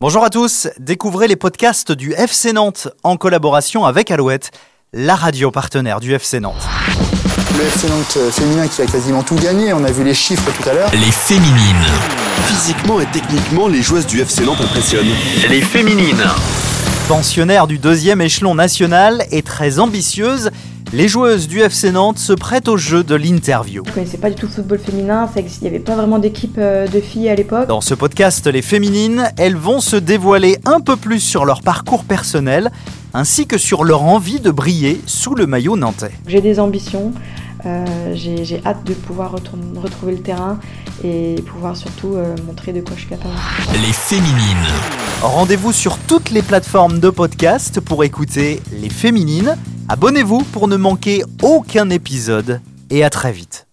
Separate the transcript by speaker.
Speaker 1: Bonjour à tous, découvrez les podcasts du FC Nantes en collaboration avec Alouette, la radio partenaire du FC Nantes.
Speaker 2: Le FC Nantes euh, féminin qui a quasiment tout gagné, on a vu les chiffres tout à l'heure.
Speaker 3: Les féminines.
Speaker 4: Physiquement et techniquement, les joueuses du FC Nantes impressionnent.
Speaker 3: Les féminines.
Speaker 1: Pensionnaire du deuxième échelon national et très ambitieuse, les joueuses du FC Nantes se prêtent au jeu de l'interview.
Speaker 5: Je connaissais pas du tout le football féminin, ça existe- il n'y avait pas vraiment d'équipe euh, de filles à l'époque.
Speaker 1: Dans ce podcast Les Féminines, elles vont se dévoiler un peu plus sur leur parcours personnel ainsi que sur leur envie de briller sous le maillot nantais.
Speaker 5: J'ai des ambitions, euh, j'ai j'ai hâte de pouvoir retourner- retrouver le terrain et pouvoir surtout euh, montrer de quoi je suis capable.
Speaker 3: Les féminines.
Speaker 1: Rendez-vous sur toutes les plateformes de podcast pour écouter Les Féminines. Abonnez-vous pour ne manquer aucun épisode et à très vite.